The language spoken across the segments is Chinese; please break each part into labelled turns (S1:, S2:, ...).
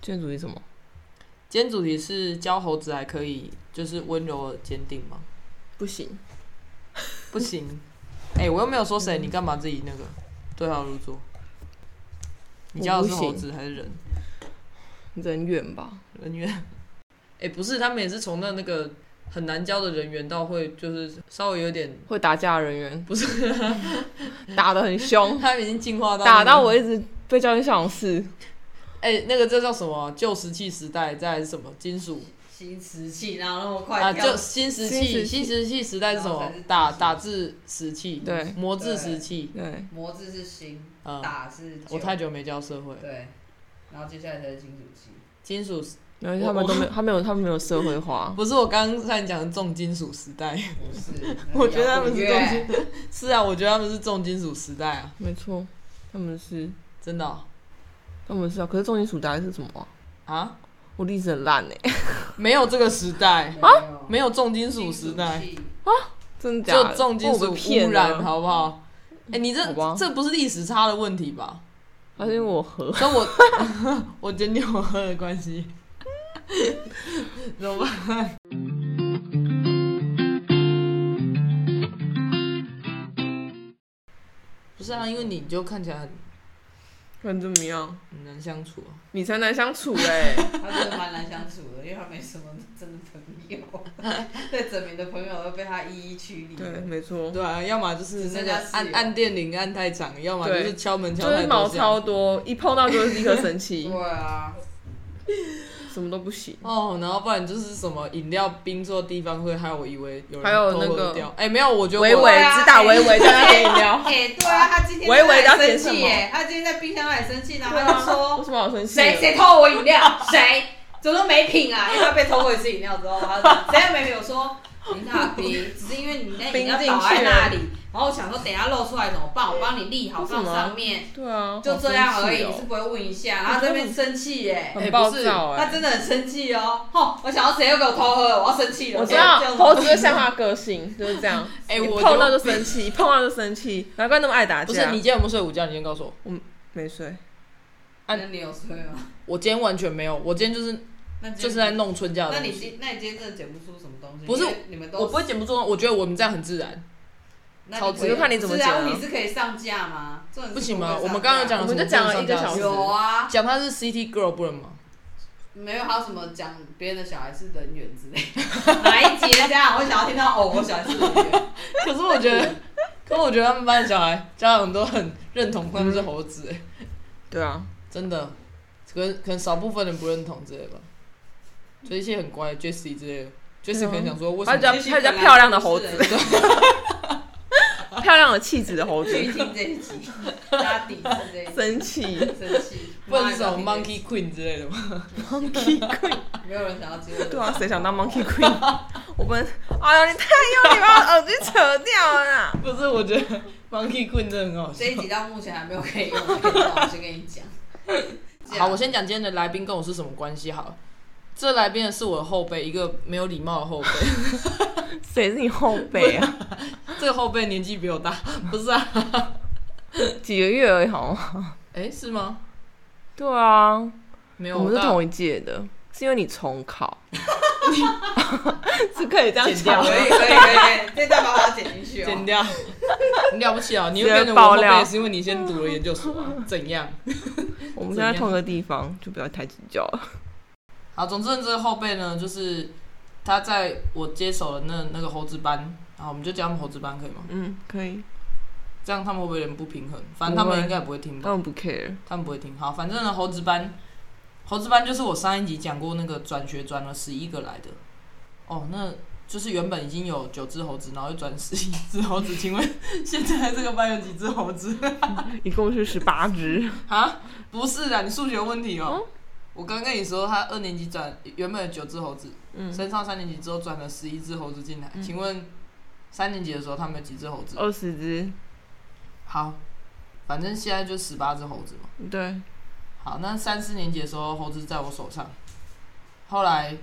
S1: 今天主题什么？
S2: 今天主题是教猴子还可以，就是温柔而坚定吗？
S1: 不行，
S2: 不行，哎、我又没有说谁，你干嘛自己那个对号入座？你教的是猴子还是人？
S1: 人远吧？
S2: 人猿？哎、不是，他们也是从那那个很难教的人员到会，就是稍微有点，
S1: 会打架的人员不是 打得很 凶，
S2: 他们已经进化到那
S1: 打
S2: 个
S1: 到我一直被教练想死。
S2: 哎、那个这叫什么？旧石器时代，再来是什么？金属
S3: 新瓷器，然后那么快
S2: 啊，
S3: 掉
S2: 就，新石
S1: 新
S2: 器，
S1: 石器
S2: 新石器时代是什
S3: 然后
S2: 么
S3: 才是？
S2: 打
S3: 金属
S2: 打字石器，
S1: 对
S2: 磨字
S3: 对
S2: 石器，
S1: 对，
S3: 模字是新，
S2: 嗯，
S3: 打是旧
S2: 我太久没教社会，了。
S3: 对，然后接下来才是金属器，
S2: 金属
S1: 然后他们都没有，他没有，他们没有社会化。
S2: 不是我刚刚在讲的重金属时代，，
S3: 不是
S2: 我觉得他们是重
S3: 那
S2: 金，是啊，我觉得他们是重金属时代啊，
S1: 没错，他们是，
S2: 真的哦、
S1: 他们是啊。可是重金属打的是什么啊、
S2: 啊，
S1: 我历史很烂哎、
S2: 没有这个时代，
S3: 摇滚乐没
S2: 啊没有重金
S3: 有
S2: 属时代，
S3: 金属器
S1: 真的假
S2: 就
S1: 的？
S2: 重金
S1: 被
S2: 属
S1: 我骗
S2: 污染，
S1: 了，
S2: 好不好？哎、你这
S1: 好吧
S2: 这不是历史差的问题吧？
S1: 还是因为我喝？
S2: 跟我我觉得你有喝的关系， 怎么办？不是啊，因为你就看起来很
S1: 看怎么样？
S2: 很难相处啊。
S1: 你才难相处哎、
S3: 他真的蛮难相处的，因为他没什么真的朋友， 对整名的朋友都被他一一驱离
S1: 对，
S3: 了。
S1: 没错，
S2: 对啊，要么就是那个
S3: 只剩下
S2: 按
S3: 室友
S2: 按电铃按太长，要么就
S1: 对
S2: 是敲门敲
S1: 就是
S2: 太
S1: 毛
S2: 多
S1: 超
S2: 下。
S1: 多，一碰到就是立刻生气，
S3: 对啊，
S1: 什么都不行。
S2: 哦，然后不然就是什么饮料冰做地方会害我以为有人
S1: 还有
S2: 偷
S1: 那
S2: 喝
S1: 个
S2: 掉，哎、没有，我觉得
S1: 微
S2: 我
S1: 微
S3: 对啊
S1: 只打微微，在那点饮料，
S3: 哎、对啊，他今天
S1: 微微的要
S3: 在那里
S1: 点
S3: 生
S1: 什
S3: 气
S1: 么
S3: 耶，他今天在冰箱那里生气，然后
S1: 对
S3: 他
S1: 啊
S3: 就说
S1: 为什么好生气？
S3: 谁谁偷我饮料， 谁怎么没品啊？因为他被偷过一次饮料之后，他 说谁也没品，我说你大逼，只是因为你那饮料倒在那里， 然后我想说等一下漏出来怎么办，我帮你立好放上面，
S1: 对啊，
S3: 就这样而
S1: 好
S2: 哦
S3: 已，你
S1: 生
S3: 是
S1: 气
S3: 不会问一下，然后这边生气耶、
S1: 哦
S2: 哎
S1: 很暴
S2: 不是
S1: 躁
S3: 他
S1: 哎。
S3: 真的很生气哦，吼！我想要谁又给我偷喝了，我要生气了。
S1: 我知
S3: 这
S1: 道
S3: 样
S1: 猴子就 像他个性就是这样，
S2: 哎
S1: 一
S2: 我
S1: 碰
S2: 就
S1: 到就生气，一碰到就生气，难怪那么爱打架。
S2: 不是你今天有没有睡午觉？你先告诉我。
S1: 没睡，
S3: 那你有吹吗？
S2: 我今天完全没有，我今天就是
S3: 那今
S2: 就
S3: 天
S2: 是在弄春假的
S3: 那
S2: 东
S3: 你
S2: 西。
S3: 今那你今天真的剪不出什么东西，
S2: 不是
S3: 因为你们都
S2: 我不会剪不中，我觉得我们这样很自然，
S3: 那
S2: 超
S3: 可
S2: 值
S3: 以
S2: 就看你怎么
S3: 是啊
S1: 讲啊
S3: 你是可以上架吗？这种
S2: 不行吗？
S3: 是
S2: 我
S3: 可以上架
S2: 们刚刚有讲
S1: 我
S2: 了
S1: 们
S2: 什么
S1: 就讲了
S2: 不能
S1: 一个
S2: 上
S1: 小
S2: 架的
S1: 时
S2: 事
S3: 有啊，
S2: 讲他是 City Girl 不能吗？
S3: 没有还有什么讲别人的小孩是人猿之类的，哪一节这样？我想要听到哦，我小孩是人猿，
S2: 可是我觉得，可是我觉得他们班的小孩家长都很认同他们是猴子、哎
S1: 对啊，
S2: 真的，可能可能少部分人不认同之类吧，就一些很乖的 Jessie 之类的，Jessie
S1: 啊
S2: 可能想说为什
S1: 他
S2: 么
S1: 比较
S3: 也
S1: 他
S3: 许
S1: 比较
S3: 本来
S1: 漂亮的
S3: 就是
S1: 猴子，
S3: 人
S1: 漂亮的气质的猴子，
S3: 去听这一集，拉底是这一集。
S1: 生气，
S3: 生气，
S2: 不能是什
S3: 妈
S2: 么
S3: 你不要
S2: Monkey
S3: 听这一
S2: Queen 之类的吗？
S3: 集没有人想要接我的。
S1: 对啊，谁想当 Monkey Queen？我 们，哎呀，你太用力把我耳机扯掉了啦。
S2: 不是，我觉得 Monkey Queen 真的很好笑
S3: 这。一集到目前还没有可以用的频道，我先跟你讲。
S2: 好，我先讲今天的来宾跟我是什么关系好了。这来宾是我的后辈，一个没有礼貌的 后辈。
S1: 谁是你后辈啊？
S2: 这个后辈年纪比我大，不是啊？
S1: 几个月而已，好吗？
S2: 哎、是吗？
S1: 对啊，
S2: 没有，
S1: 我们是
S2: 大
S1: 同一届的，是因为你重考， 是可以这样
S2: 剪
S1: 讲
S2: 掉
S3: 可
S1: 的。
S3: 以可以可以，这段把它剪进去
S2: 剪
S3: 哦。
S2: 掉。 你了不起啊！你又
S1: 直接
S2: 变成我
S1: 爆
S2: 后辈，
S1: 料
S2: 也是因为你先读了研究所、 啊，怎样？
S1: 我们现在同个地方，就不要太计较了。
S2: 好，总之呢这个后辈呢，就是他在我接手的那那个猴子班，然后我们就叫他们猴子班可以吗？
S1: 嗯，可以，
S2: 这样他们会不会有点不平衡？反正他
S1: 不
S2: 们
S1: 会
S2: 应该也不会听吧。
S1: 但我不 care。
S2: 他们不会听。好，反正呢，猴子班，猴子班就是我上一集讲过那个转学转了十一个来的。哦，那就是原本已经有九只猴子，然后又转十一只猴子。请问 现在这个班有几只猴子
S1: 一共是十八只，
S2: 啊？不是啊，你数学有问题
S1: 嗯
S2: 哦。我刚跟你说，他二年级转原本有九只猴子，
S1: 嗯，
S2: 升上三年级之后转了十一只猴子进来。请问三年级的时候他们有几只猴子？
S1: 二十只，
S2: 好，反正现在就十八只猴子嘛。
S1: 对，
S2: 好，那三四年级的时候，猴子在我手上。后来，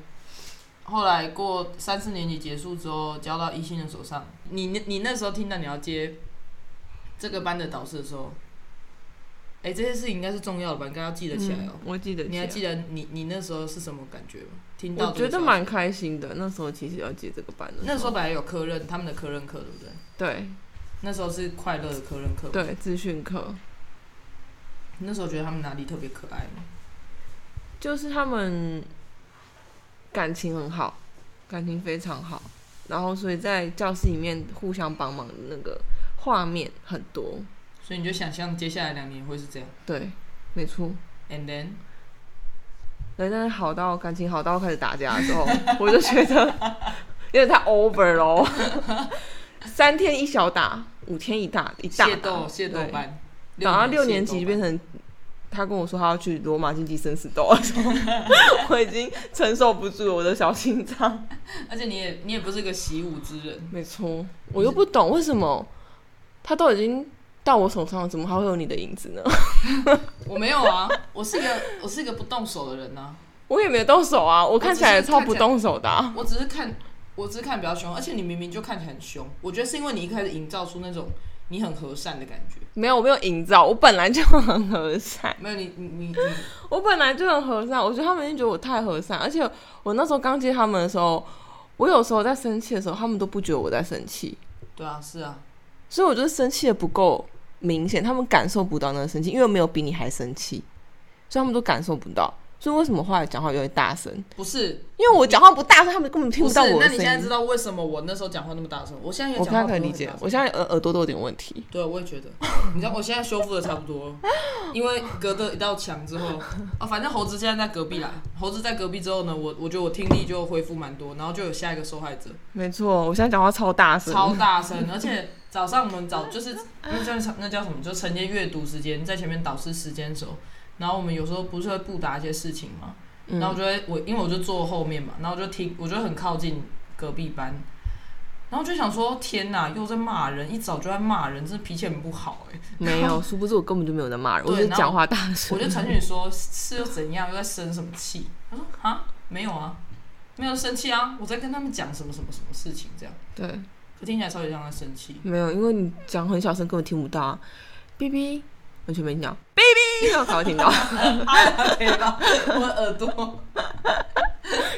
S2: 后来过三四年级结束之后，交到一星的手上。你那你那时候听到你要接这个班的导师的时候，哎、这些事情应该是重要的吧？应该要记得起来哦。
S1: 嗯我记得，
S2: 你还记？得你你那时候是什么感觉吗？听到
S1: 我
S2: 这个
S1: 觉得
S2: 消息
S1: 蛮开心的。那时候其实要接这个班的，
S2: 那时候本来有科任，他们的科任课对不对？
S1: 对
S2: 那时候是快乐的科任课。，
S1: 对资讯课，
S2: 那时候觉得他们哪里特别可爱吗？
S1: 就是他们感情很好，感情非常好，然后所以在教室里面互相帮忙的那个画面很多。
S2: 所以你就想象接下来两年会是这样
S1: 对，没错。
S2: ，and then
S1: 对，但是好到感情好到开始打架的时候， 我就觉得有点太 over 咯。 三天一小打，五天一大一大打
S2: 械斗械斗
S1: 对
S2: 班，
S1: 打到六
S2: 年
S1: 年
S2: 级
S1: 级
S2: 就
S1: 就变成他跟我说他要去罗马竞技生死斗的时候，我已经承受不住了我的小心脏。
S2: 而且你也你也不是个习武之人，
S1: 没错，我又不懂为什么他都已经到我手上了，怎么还会有你的影子呢？
S2: 我没有啊， 我是一个我是一个不动手的人啊呐、
S1: 我也没有动手啊，我看起来
S2: 我
S1: 也
S2: 只是看
S1: 超
S2: 起来
S1: 不动手的、啊。
S2: 我只是看我只是看比较凶，而且你明明就看起来很凶，我觉得是因为你一开始营造出那种你很和善的感觉，
S1: 没有，我没有营造，我本来就很和善，
S2: 没有你你你你
S1: 我本来就很和善。我觉得他们一定觉得我太和善，而且我那时候刚接他们的时候，我有时候在生气的时候，他们都不觉得我在生气。
S2: 对啊是啊，
S1: 所以我觉得生气的不够明显，他们感受不到那个生气，因为没有比你还生气，所以他们都感受不到。所以为什么后来讲话有点大声？
S2: 不是
S1: 因为我讲话不大声，他们根本听
S2: 不
S1: 不到
S2: 是，
S1: 我
S2: 那
S1: 的
S2: 你现在
S1: 声
S2: 知
S1: 音。
S2: 道为什么我那时候讲话那么大声？我现在也
S1: 我
S2: 讲
S1: 现
S2: 话
S1: 在可以
S2: 不会
S1: 理
S2: 很
S1: 解
S2: 大，声
S1: 我现在耳耳朵都有点问题。
S2: 对，啊我也觉 得。你知道，我现在修复的差不多了，因为隔着一道墙之后，啊，反正猴子现在在隔壁啦。猴子在隔壁之后呢，我我觉得我听力就恢复蛮多，然后就有下一个受害者，
S1: 没错，我现在讲话超大声，
S2: 超 大声，而且早上我们早就是那叫什那叫什么，就晨间阅读时间，在前面导师时间的时候，然后我们有时候不是会布达一些事情嘛，
S1: 嗯
S2: 然后我就会我因为我就坐后面嘛，然后我就听，我就很靠近隔壁班，然后就想说天哪，又在骂人，一早就在骂人，真是脾气很不好哎、
S1: 没 有，殊不知我根本就没有在骂人，
S2: 对
S1: 我只是讲话大 声。
S2: 我就传讯说是又怎样，又在生什么气？他说啊，没有啊，没有生气啊，我在跟他们讲什么什么什么事情这样，
S1: 对，
S2: 可听起来超级像在 生气。
S1: 没有，因为你讲很小声，根本听不到、啊。哔哔，完全没听到。哔哔， 然后才会听 到，
S2: 对吧？我耳朵，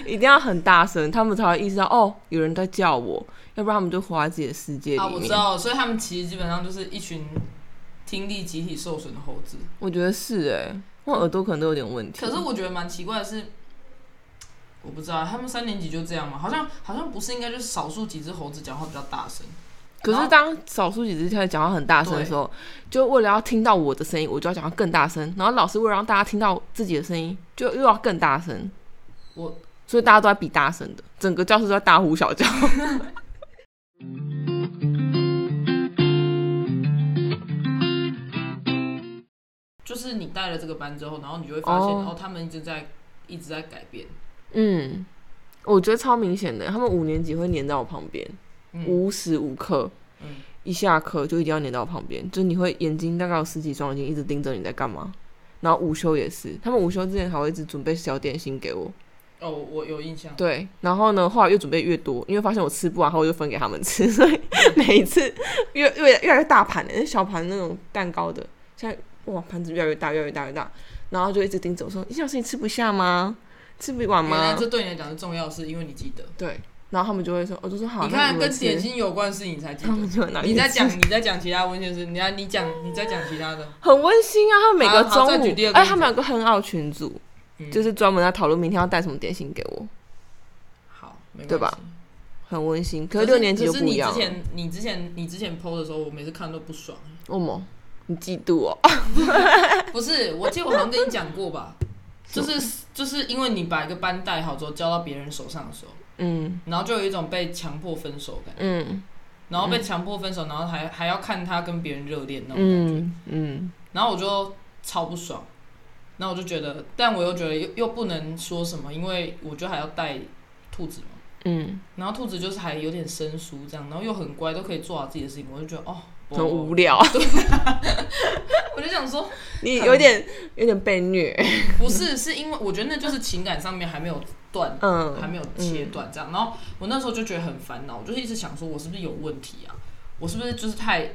S1: 一定要很大声，他们才会意识到哦，有人在叫我，要不然他们就活在自己的世界里面。
S2: 啊，我知道了，所以他们其实基本上就是一群听力集体受损的猴子。
S1: 我觉得是哎、我耳朵可能都有点问题。
S2: 可是我觉得蛮奇怪的是，我不知道他们三年级就这样吗？好像好像不是应该就是少数几只猴子讲话比较大声，
S1: 可是当少数几只开始讲话很大声的时候，就为了要听到我的声音，我就要讲话更大声。然后老师为了让大家听到自己的声音，就又要更大声。
S2: 我
S1: 所以大家都在比大声的，整个教室都在大呼小叫。
S2: 就是你带了这个班之后，然后你就会发现，
S1: 哦
S2: 哦，他们一直在一直在改变。
S1: 嗯，我觉得超明显的，他们五年级会黏在我旁边，
S2: 嗯
S1: 无时无刻。
S2: 嗯
S1: 一下课就一定要黏到我旁边，就是你会眼睛大概有十几双眼睛一直盯着你在干嘛。然后午休也是，他们午休之前还会一直准备小点心给我，
S2: 哦，我我有印象。
S1: 对，然后呢，后来越准备越多，因为发现我吃不完，后来我就分给他们吃， 所以每一次越越越来越大盘的，那小盘那种蛋糕的，现在哇盘子越来越大，越来越大，越来越大，然后就一直盯着我说：“你小心你吃不下吗？吃不完
S2: 原来
S1: 吗
S2: 这对你来讲是重要的事，因为你记得。？”
S1: 对，然后他们就会说：“我、就说好，
S2: 你
S1: 那
S2: 看，
S1: 们
S2: 跟
S1: 吃
S2: 点心有关的事情你才记
S1: 他们
S2: 得。
S1: 就会拿
S2: 你在
S1: 去
S2: 讲
S1: 吃
S2: 你在讲其他文献是，你在你讲你在讲其他的，
S1: 很温馨啊！他们每个
S2: 好
S1: 中
S2: 好再举第
S1: 午
S2: 二，个
S1: 哎，
S2: 例子
S1: 他们有个很好群组，
S2: 嗯
S1: 就是专门在讨论明天要带什么点心给我，
S2: 好，没关系
S1: 对吧？很温馨。可
S2: 可
S1: 是
S2: 是
S1: 六年级就
S2: 可是
S1: 不
S2: 你
S1: 一样
S2: 之
S1: 了，
S2: 前你之前你之前 PO 的时候，我每次看都不爽。
S1: 为什么？哦你嫉妒哦？
S2: 不是，我记得我好像跟你讲过 吧，就是就是因为你把一个班带好之后交到别人手上的时候，
S1: 嗯
S2: 然后就有一种被强迫分手的感觉，
S1: 嗯
S2: 然后被强迫分手，然后还还要看他跟别人热恋那种感觉，
S1: 嗯嗯。
S2: 然后我就超不爽，然后我就觉得，但我又觉得又又不能说什么，因为我就还要带兔子嘛。
S1: 嗯，
S2: 然后兔子就是还有点生疏这样，然后又很乖，都可以做好自己的事情，我就觉得哦，我
S1: 很无聊，
S2: 我就想说，
S1: 你有点有点被虐，
S2: 不是，是因为我觉得那就是情感上面还没有断还
S1: 嗯，
S2: 没有切断这样。然后我那时候就觉得很烦恼，我就是一直想说，我是不是有问题啊？我是不是就是太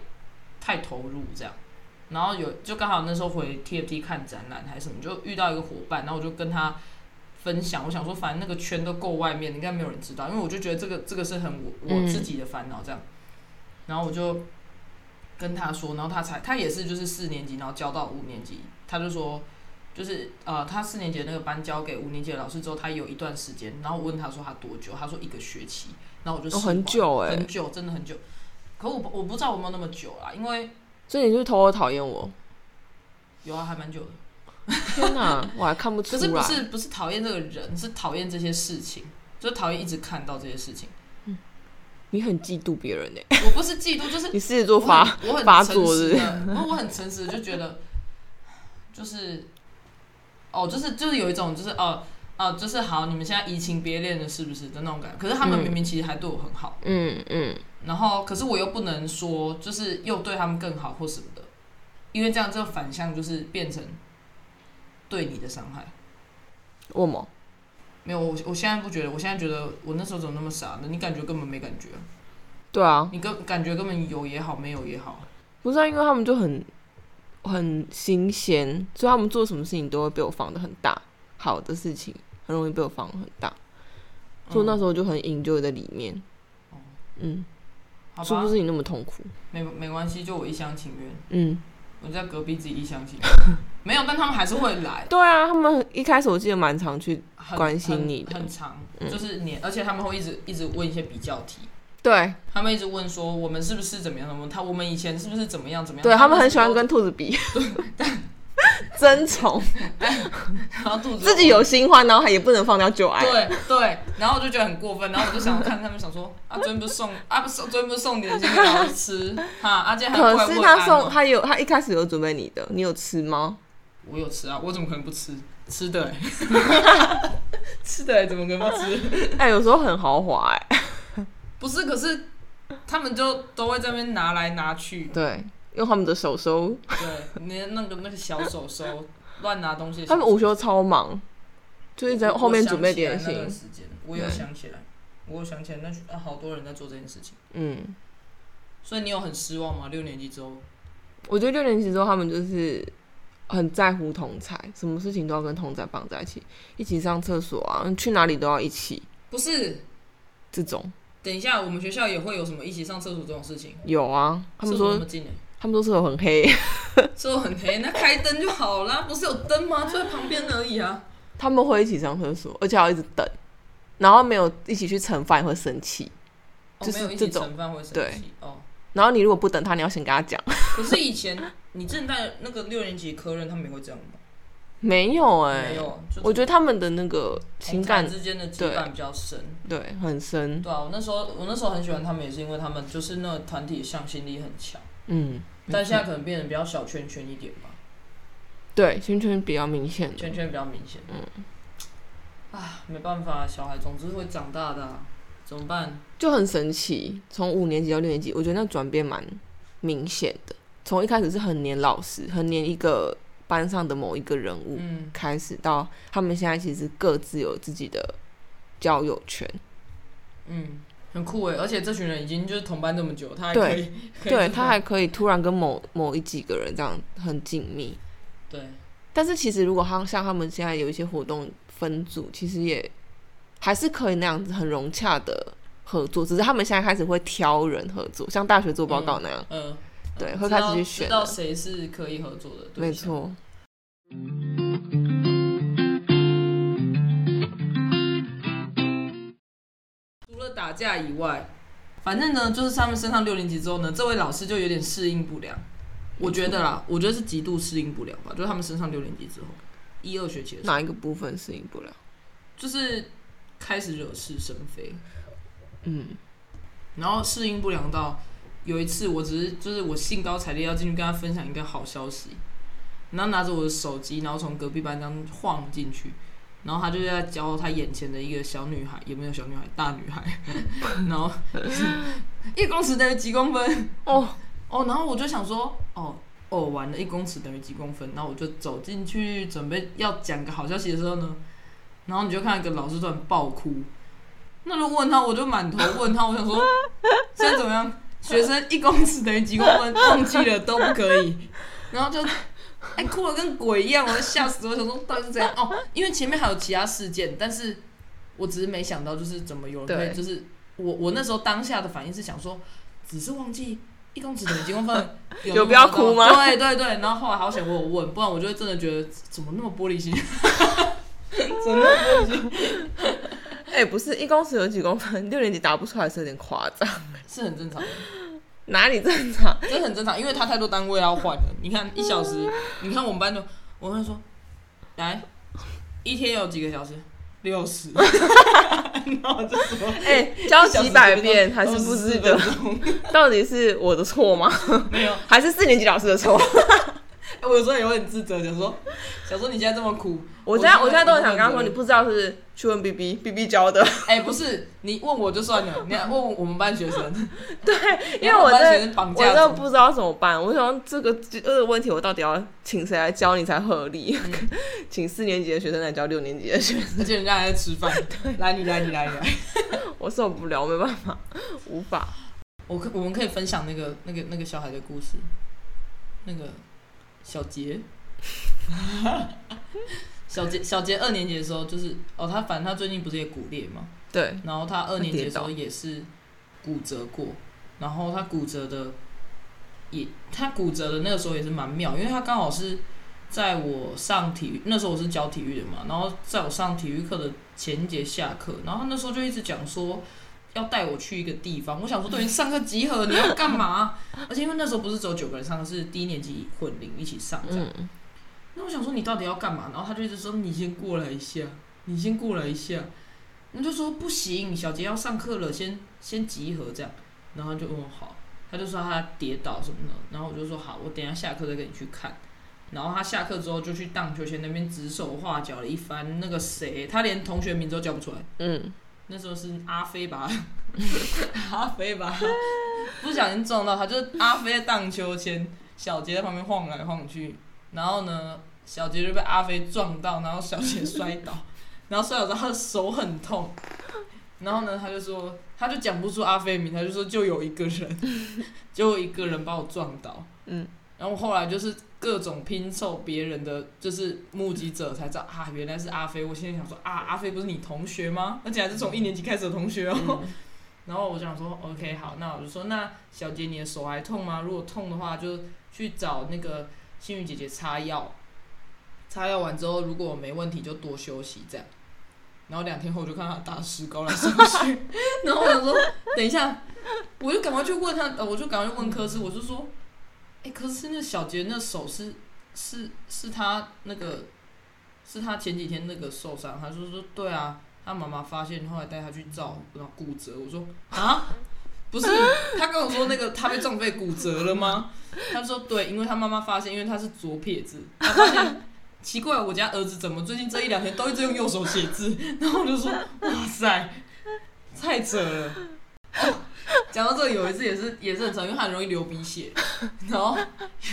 S2: 太投入这样？然后有就刚好那时候回 TFT 看展览还是什么，就遇到一个伙伴，然后我就跟他分享，我想说反正那个圈都够外面，应该没有人知道，因为我就觉得这个这个是很我我
S1: 嗯
S2: 自己的烦恼这样。然后我就跟他说，然后他才他也是就是四年级，然后教到五年级，他就说就是呃他四年级的那个班交给五年级的老师之后，他有一段时间，然后我问他说他多久，他说一个学期，然后我就、
S1: 哦很久欸
S2: 很久真的很久。可我不我不知道我有没有那么久啦，因为
S1: 所以你就是偷偷讨厌我？
S2: 有啊，还蛮久的。
S1: 天 哪，我还看不出
S2: 可
S1: 来。
S2: 是不是不是讨厌这个人，是讨厌这些事情，就是讨厌一直看到这些事情。
S1: 你很嫉妒别人呢、欸
S2: 我不是嫉妒，就是
S1: 你狮子座
S2: 我
S1: 发
S2: 很我很
S1: 发
S2: 诚
S1: 作
S2: 实
S1: 是不
S2: 的，不是我很诚实的就觉得，就是，哦，就是就是有一种就是哦哦、就是好，你们现在移情别恋了是不是的那种感觉？可是他们
S1: 嗯
S2: 明明其实还对我很好，
S1: 嗯嗯，
S2: 然后可是我又不能说就是又对他们更好或什么的，因为这样这反向就是变成对你的伤害。
S1: 我吗？
S2: 没有，我我现在不觉得，我现在觉得我那时候怎么那么傻呢？你感觉根本没感觉啊，
S1: 对啊，
S2: 你根感觉根本有也好，没有也好，
S1: 不是、啊、因为他们就很很新鲜，所以他们做什么事情都会被我放的很大，好的事情很容易被我放得很大，所以我那
S2: 嗯
S1: 时候就很 enjoy 在里面
S2: 哦。
S1: 嗯，
S2: 好
S1: 是
S2: 吧
S1: 不，是你那么痛苦？
S2: 没没关系，就我一厢情愿，
S1: 嗯，
S2: 我在隔壁自己一厢情愿， 没有，但他们还是会来，
S1: 对啊，他们一开始我记得蛮常去，
S2: 很
S1: 关心
S2: 很
S1: 你的
S2: 很长，
S1: 嗯
S2: 就是你，而且他们会一直一直问一些比较题。
S1: 对
S2: 他们一直问说我们是不是怎么样怎么样，他我们以前是不是怎么样怎么样？
S1: 对，他们很
S2: 是
S1: 喜欢
S2: 不是
S1: 跟兔子比，争宠，
S2: 然后肚子
S1: 自己有新欢，然后还也不能放掉旧爱，
S2: 对对，然后我就觉得很过分，然后我就想看他们想说啊，昨天不是送啊，不是昨天不是送点心给老师吃哈，啊，今天还怪
S1: 可是
S2: 问
S1: 他
S2: 安
S1: 送
S2: 哦
S1: 他有他一开始有准备你的，你有吃吗？
S2: 我有吃啊，我怎么可能不吃？吃的、欸， 吃的、欸、怎么可能不吃？
S1: 哎、有时候很豪华哎、
S2: 不是，可是他们就都会在那边拿来拿去，
S1: 对，用他们的手收，
S2: 对，你的那个那个小手手乱拿东西的小
S1: 他
S2: 手，
S1: 们午休超忙，就一直在后面
S2: 我想
S1: 准备
S2: 起来
S1: 点
S2: 那
S1: 心
S2: 段。时间我有
S1: 对
S2: 想起来，我有想起来，那群啊好多人在做这件事情，
S1: 嗯，
S2: 所以你有很失望吗？六年级之后，
S1: 我觉得六年级之后他们就是很在乎同才，什么事情都要跟同才绑在一起，一起上厕所啊，去哪里都要一起。
S2: 不是。
S1: 这种
S2: 等一下，我们学校也会有什么一起上厕所这种事情？
S1: 有啊，他们
S2: 厕所那
S1: 说
S2: 么近哎，
S1: 他们说厕所很黑，
S2: 厕所很 哎黑，那开灯就好啦，不是有灯吗？就在旁边而已啊。
S1: 他们会一起上厕所，而且还要一直等，然后没有一起去盛饭也会生气。
S2: 哦，
S1: 就是
S2: 没有一起
S1: 这种
S2: 盛饭会生
S1: 对
S2: 气哦。
S1: 然后你如果不等他，你要先跟他讲。
S2: 可是以前你正在那个六年级科任，他们也会这样吗？
S1: 没有哎、
S2: 没有，就是
S1: 我觉得他们的那个情
S2: 同
S1: 感
S2: 才之间的羁绊比较深。
S1: 对很深，
S2: 对啊，我那时候我那时候很喜欢他们，也是因为他们就是那个团体向心力很强，
S1: 嗯，
S2: 但现在可能变得比较小圈圈一点吧，
S1: 对圈圈比较明显
S2: 圈圈比较明显。嗯，啊，没办法，小孩总之会长大的啊、怎么办？
S1: 就很神奇。从五年级到六年级，我觉得那转变蛮明显的。从一开始是很黏老师，很黏一个班上的某一个人物
S2: 嗯，
S1: 开始，到他们现在其实各自有自己的交友圈。
S2: 嗯，很酷哎！而且这群人已经就是同班这么久，他还
S1: 对
S2: 可以，可以
S1: 对
S2: 知道
S1: 他还可以突然跟某某一几个人这样很紧密，
S2: 对，
S1: 但是其实如果他像他们现在有一些活动分组，其实也还是可以那样子很融洽的合作，只是他们现在开始会挑人合作，像大学做报告那样。
S2: 嗯，
S1: 对
S2: 嗯
S1: 会
S2: 知道
S1: 开始去选
S2: 知道
S1: 了
S2: 谁是可以合作的，
S1: 没。错，
S2: 除了打架以外，反正呢，就是他们升上六年级之后呢，这位老师就有点适应不良。我觉得啦，我觉得是极度适应不良吧，就是他们升上六年级之后，一二学期的时候，
S1: 哪一个部分适应不了？
S2: 就是开始惹是生非，
S1: 嗯，
S2: 然后适应不良到有一次，我只是就是我兴高采烈要进去跟他分享一个好消息，然后拿着我的手机，然后从隔壁班这样晃进去，然后他就在教他眼前的一个小女孩，也没有小女孩，大女孩， 然后一公尺等于几公分
S1: 哦，
S2: 哦，然后我就想说哦。哦，完了，一公尺等于几公分？然后我就走进去，准备要讲个好消息的时候呢，然后你就看到一个老师突然爆哭，那就问他，我就满头问他，我想说现在怎么样？学生一公尺等于几公分，忘记了都不可以。然后就哎哭的跟鬼一样，我吓死我，想说到底是怎样哦？因为前面还有其他事件，但是我只是没想到就是怎么有人
S1: 对
S2: 会就是我我那时候当下的反应是想说，只是忘记。一公尺等于几 公分？有
S1: 有
S2: 那么
S1: 必要
S2: 高
S1: 哭吗
S2: 对对对，然后后来好险我有问，不然我就会真的觉得怎么那么玻 璃心，真的玻璃心，
S1: 哎、不是一公尺有几公分， 六年级答不出来是有点夸张，
S2: 是很正常的。
S1: 哪里正常？
S2: 这很正常，因为他太多单位要换了。你看一小时，你看我们班就，我们说，来，一天有几个小时？六 十。然后我就说，
S1: 哎、教几百遍还是不
S2: 知
S1: 是的，到底是我的错吗？
S2: 没有，
S1: 还是四年级老师的错？
S2: 哎我有时候也会很自责，想说，想说你现在这么苦，
S1: 我现在我
S2: 我
S1: 现在都很想
S2: 觉得
S1: 跟他说，你不知道是去问 B B B B 教的，
S2: 哎、不是你问我就算了，你还问我们班学生，
S1: 对，因为
S2: 我
S1: 我
S2: 们班
S1: 真的
S2: 学生绑
S1: 我真
S2: 架
S1: 的
S2: 走，
S1: 不知道怎么办。我想这个这个问题，我到底要请谁来教你才合理？
S2: 嗯
S1: 请四年级的学生来教六年级的学生，
S2: 而且人家还在吃饭，来你来你来你来，
S1: 我受不了，我没办法，无法。
S2: 我可我们可以分享那个那个那个小孩的故事，那个小杰， 小杰小杰二年级的时候就是哦，他反正他最近不是也骨裂嘛，
S1: 对，
S2: 然后他二年级的时候
S1: 他
S2: 也是骨折过，然后他骨折的也他骨折的那个时候也是蛮妙，因为他刚好是在我上体育那时候我是教体育的嘛，然后在我上体育课的前一节下课，然后他那时候就一直讲说。要带我去一个地方，我想说，对你上课集合，你要干嘛？ 而且因为那时候不是只有九个人上课，是低年级混龄一起上这样。
S1: 嗯，
S2: 那我想说你到底要干嘛？然后他就一直说你先过来一下，你先过来一下。我就说不行，小杰要上课了，先先集合这样。然后他就问我好，他就说他跌倒什么的，然后我就说好，我等一下下课再跟你去看。然后他下课之后就去荡秋千那边指手画脚了一番，那个谁，他连同学名字都叫不出来。
S1: 嗯，
S2: 那时候是阿飞吧， 阿飞吧，不小心撞到他，就是阿飞在荡秋千，小杰在旁边晃来晃去，然后呢，小杰就被阿飞撞到，然后小杰摔倒， 然后摔倒之后他的手很痛，然后呢，他就说，他就讲不出阿飞的名，他就说就有一个人，就有一个人把我撞倒，
S1: 嗯，
S2: 然后后来就是各种拼凑别人的，就是目击者才知道啊，原来是阿飞。我现在想说啊，阿飞不是你同学吗？而且还是从一年级开始的同学哦。然后我就想说，OK，好，哦那我就说，那小杰你的手还痛吗？如果痛的话，就去找那个幸运姐姐擦药。擦药完之后，如果没问题，就多休息这样。然后两天后，我就看他打石膏来上学，然后我想说，等一下，我就赶快去问他，呃我就赶快去问科室，我就说，哎、可是那小杰那手是是是他那个是他前几天那个受伤，他就说对啊，他妈妈发现，后来带他去照，然后骨折。我说啊，不是，他跟我说那个他被撞被骨折了吗？他说对，因为他妈妈发现，因为他是左撇子，他发现。奇怪，我家儿子怎么最近这一两天都一直用右手写字？然后我就说，哇塞，太扯了。哦讲、到这个，有一次也是也是很扯，因为他很容易流鼻血。 然后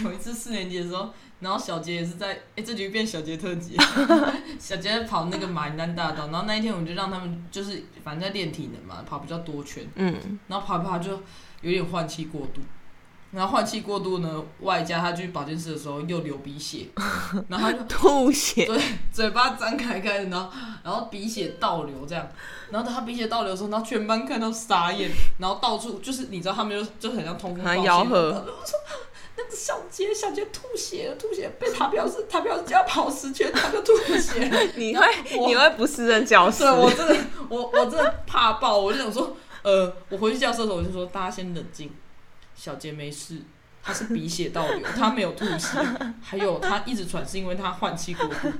S2: 有一次四年级的时候，然后小杰也是在，哎、这局变小杰特辑。 小杰在跑那个马林丹大道，然后那一天我们就让他们就是反正在练体能嘛，跑比较多圈，
S1: 嗯，
S2: 然后跑一跑就有点换气过度，然后换气过度呢，外加他去保健室的时候又流鼻血，然后他就
S1: 吐 血，
S2: 对，嘴巴张开开，然后然后鼻血倒流这样，然后他鼻血倒流的时候，然后全班看到傻眼，然后到处就是你知道他们就就很像通风报
S1: 很
S2: 信，
S1: 吆喝
S2: 然后我说那个小杰小杰吐血了，吐血了被他表示他表示要跑十圈，他就吐血了。
S1: 你会
S2: 我
S1: 你会不是任教师
S2: 对，我真的，我我真的怕爆，我就想说，呃，我回去教室的时候，我就说大家先冷静，小杰没事，他是鼻血倒 流，他没有吐血，还有他一直喘是因为他换气过度，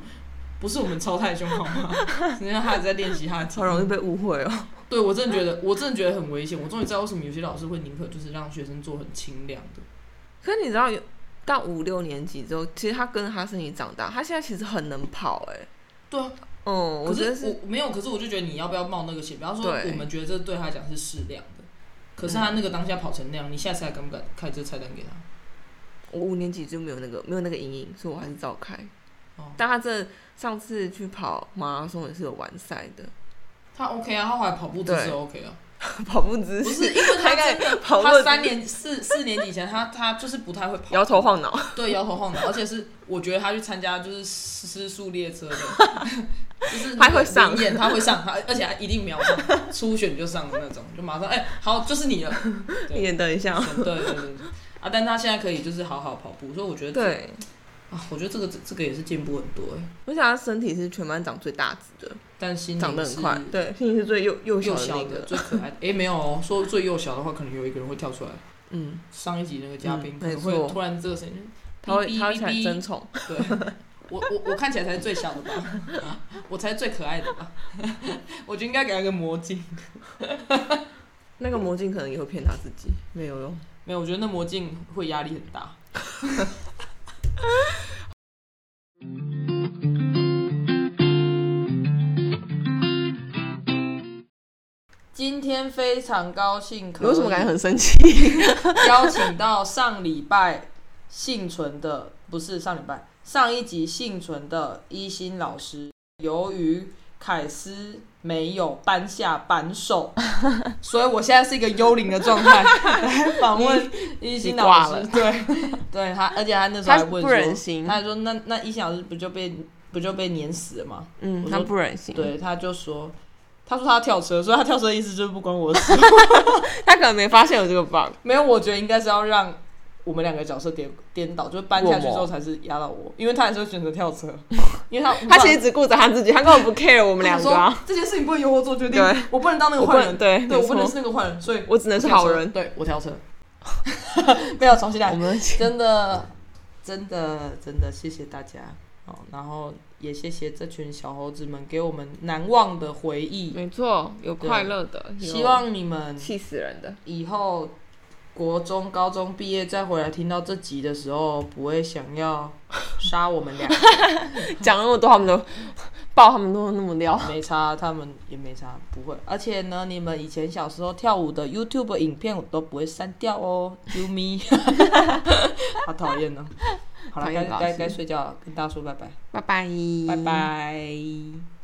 S2: 不是我们操太凶好 吗？人家他还在练习他的
S1: 超容易被误会哦。
S2: 对我真的觉得，我真的觉得很危险。我终于知道为什么有些老师会宁可就是让学生做很清凉的。
S1: 可是你知道，有到五六年级之后，其实他跟着他身体长大，他现在其实很能跑、哎，
S2: 对啊，
S1: 嗯，我
S2: 可
S1: 觉得
S2: 是
S1: 是，
S2: 我没有，可是我就觉得你要不要冒那个险？比方说，
S1: 对嗯
S2: 我们觉得这对他来讲是适量的，可是他那个当下跑成那样，你下次还敢不敢开这菜单给他？
S1: 我五年级就没有那个没有那个阴影，所以我还是照开。
S2: 哦
S1: 但他这上次去跑马拉松也是有完赛的，
S2: 他 OK 啊，他后来跑步姿势
S1: 对
S2: OK 啊，
S1: 跑步姿
S2: 不
S1: 势，
S2: 是因为他
S1: 大概
S2: 真的，
S1: 跑步
S2: 他三年四四年级以前，他他就是不太会跑，
S1: 摇头晃脑，
S2: 对，摇头晃脑，而且是我觉得他去参加就是失速列 车的，就是那
S1: 他会
S2: 个
S1: 上
S2: 灵验他会上，他而且他一定秒上，初选就上的那种，就马上哎、好，就是你了，对
S1: 你也等一下哦。
S2: 对对对对啊，但他现在可以就是好好跑步，所以我觉得这
S1: 对，
S2: 啊，我觉得这个这这个也是进步很多哎，
S1: 而且他身体是全班长最大只的，
S2: 但心灵
S1: 长得很快
S2: 是，
S1: 对，心里嗯是最幼幼小
S2: 幼
S1: 的
S2: 小
S1: 那
S2: 的
S1: 个，
S2: 最可爱的，哎，没有哦，说最幼小的话，可能有一个人会跳出来。
S1: 嗯，
S2: 上一集那个嘉宾
S1: 嗯
S2: 可能
S1: 没
S2: 会
S1: 错
S2: 突然这个声音，
S1: 他会
S2: 哔哔
S1: 他会起来
S2: 哔哔
S1: 争宠，
S2: 对，我我我看起来才是最小的吧， 啊我才是最可爱的吧， 我就应该给他一个魔镜。
S1: 那个魔镜可能也会骗他自己，没有用。
S2: 没有，我觉得那魔镜会压力很 大。今天非常高兴，
S1: 你为什么感觉很生 气？
S2: 邀请到上礼拜幸存的，不是上礼拜上一集幸存的一心老师，由于凯斯没有搬下扳 手，所以我现在是一个幽灵的状态。来访问一心老师
S1: 你，
S2: 对，对他，而且他那时候
S1: 他
S2: 还问
S1: 不忍
S2: 说，
S1: 心
S2: 他还说那那一心老师不就被不就被碾死了吗？
S1: 嗯，
S2: 我
S1: 他
S2: 说
S1: 不忍心，
S2: 对，他就说。他说他要跳车，所以他跳车的意思就是不关我的事。
S1: 他可能没发现有这个 bug。
S2: 没有，我觉得应该是要让我们两个角色颠颠倒，就是搬下去之后才是压到我，因为他还是会选择跳 车，因为他
S1: 他其实只顾着他自己，他根 本不 care 我
S2: 我
S1: 们两个啊。
S2: 这件事情不能由我做决定
S1: 对，
S2: 我不能当那个
S1: 我不
S2: 坏
S1: 能
S2: 人，
S1: 对
S2: 对
S1: 没
S2: 我不能
S1: 错
S2: 是那个坏人，所以
S1: 我只能是好人。
S2: 对我跳车， 没有重新来
S1: 我，们
S2: 真的真的真的谢谢大家哦，然后也谢谢这群小猴子们给我们难忘的回忆，
S1: 没错，有
S2: 对
S1: 快乐的，有
S2: 希望你们
S1: 气死人的。
S2: 以后国中、高中毕业再回来听到这集的时候，不会想要杀我们俩，
S1: 讲那么多，他们都 爆，他们都那么撩。
S2: 没差，他们也没差，不会。而且呢，你们以前小时候跳舞的 YouTube 影片我都不会删掉哦，啾咪， 好讨厌哦。好了，
S1: 讨
S2: 该
S1: 厌老
S2: 该
S1: 师
S2: 该睡觉了，跟大家说拜拜，
S1: 拜拜，
S2: 拜。拜。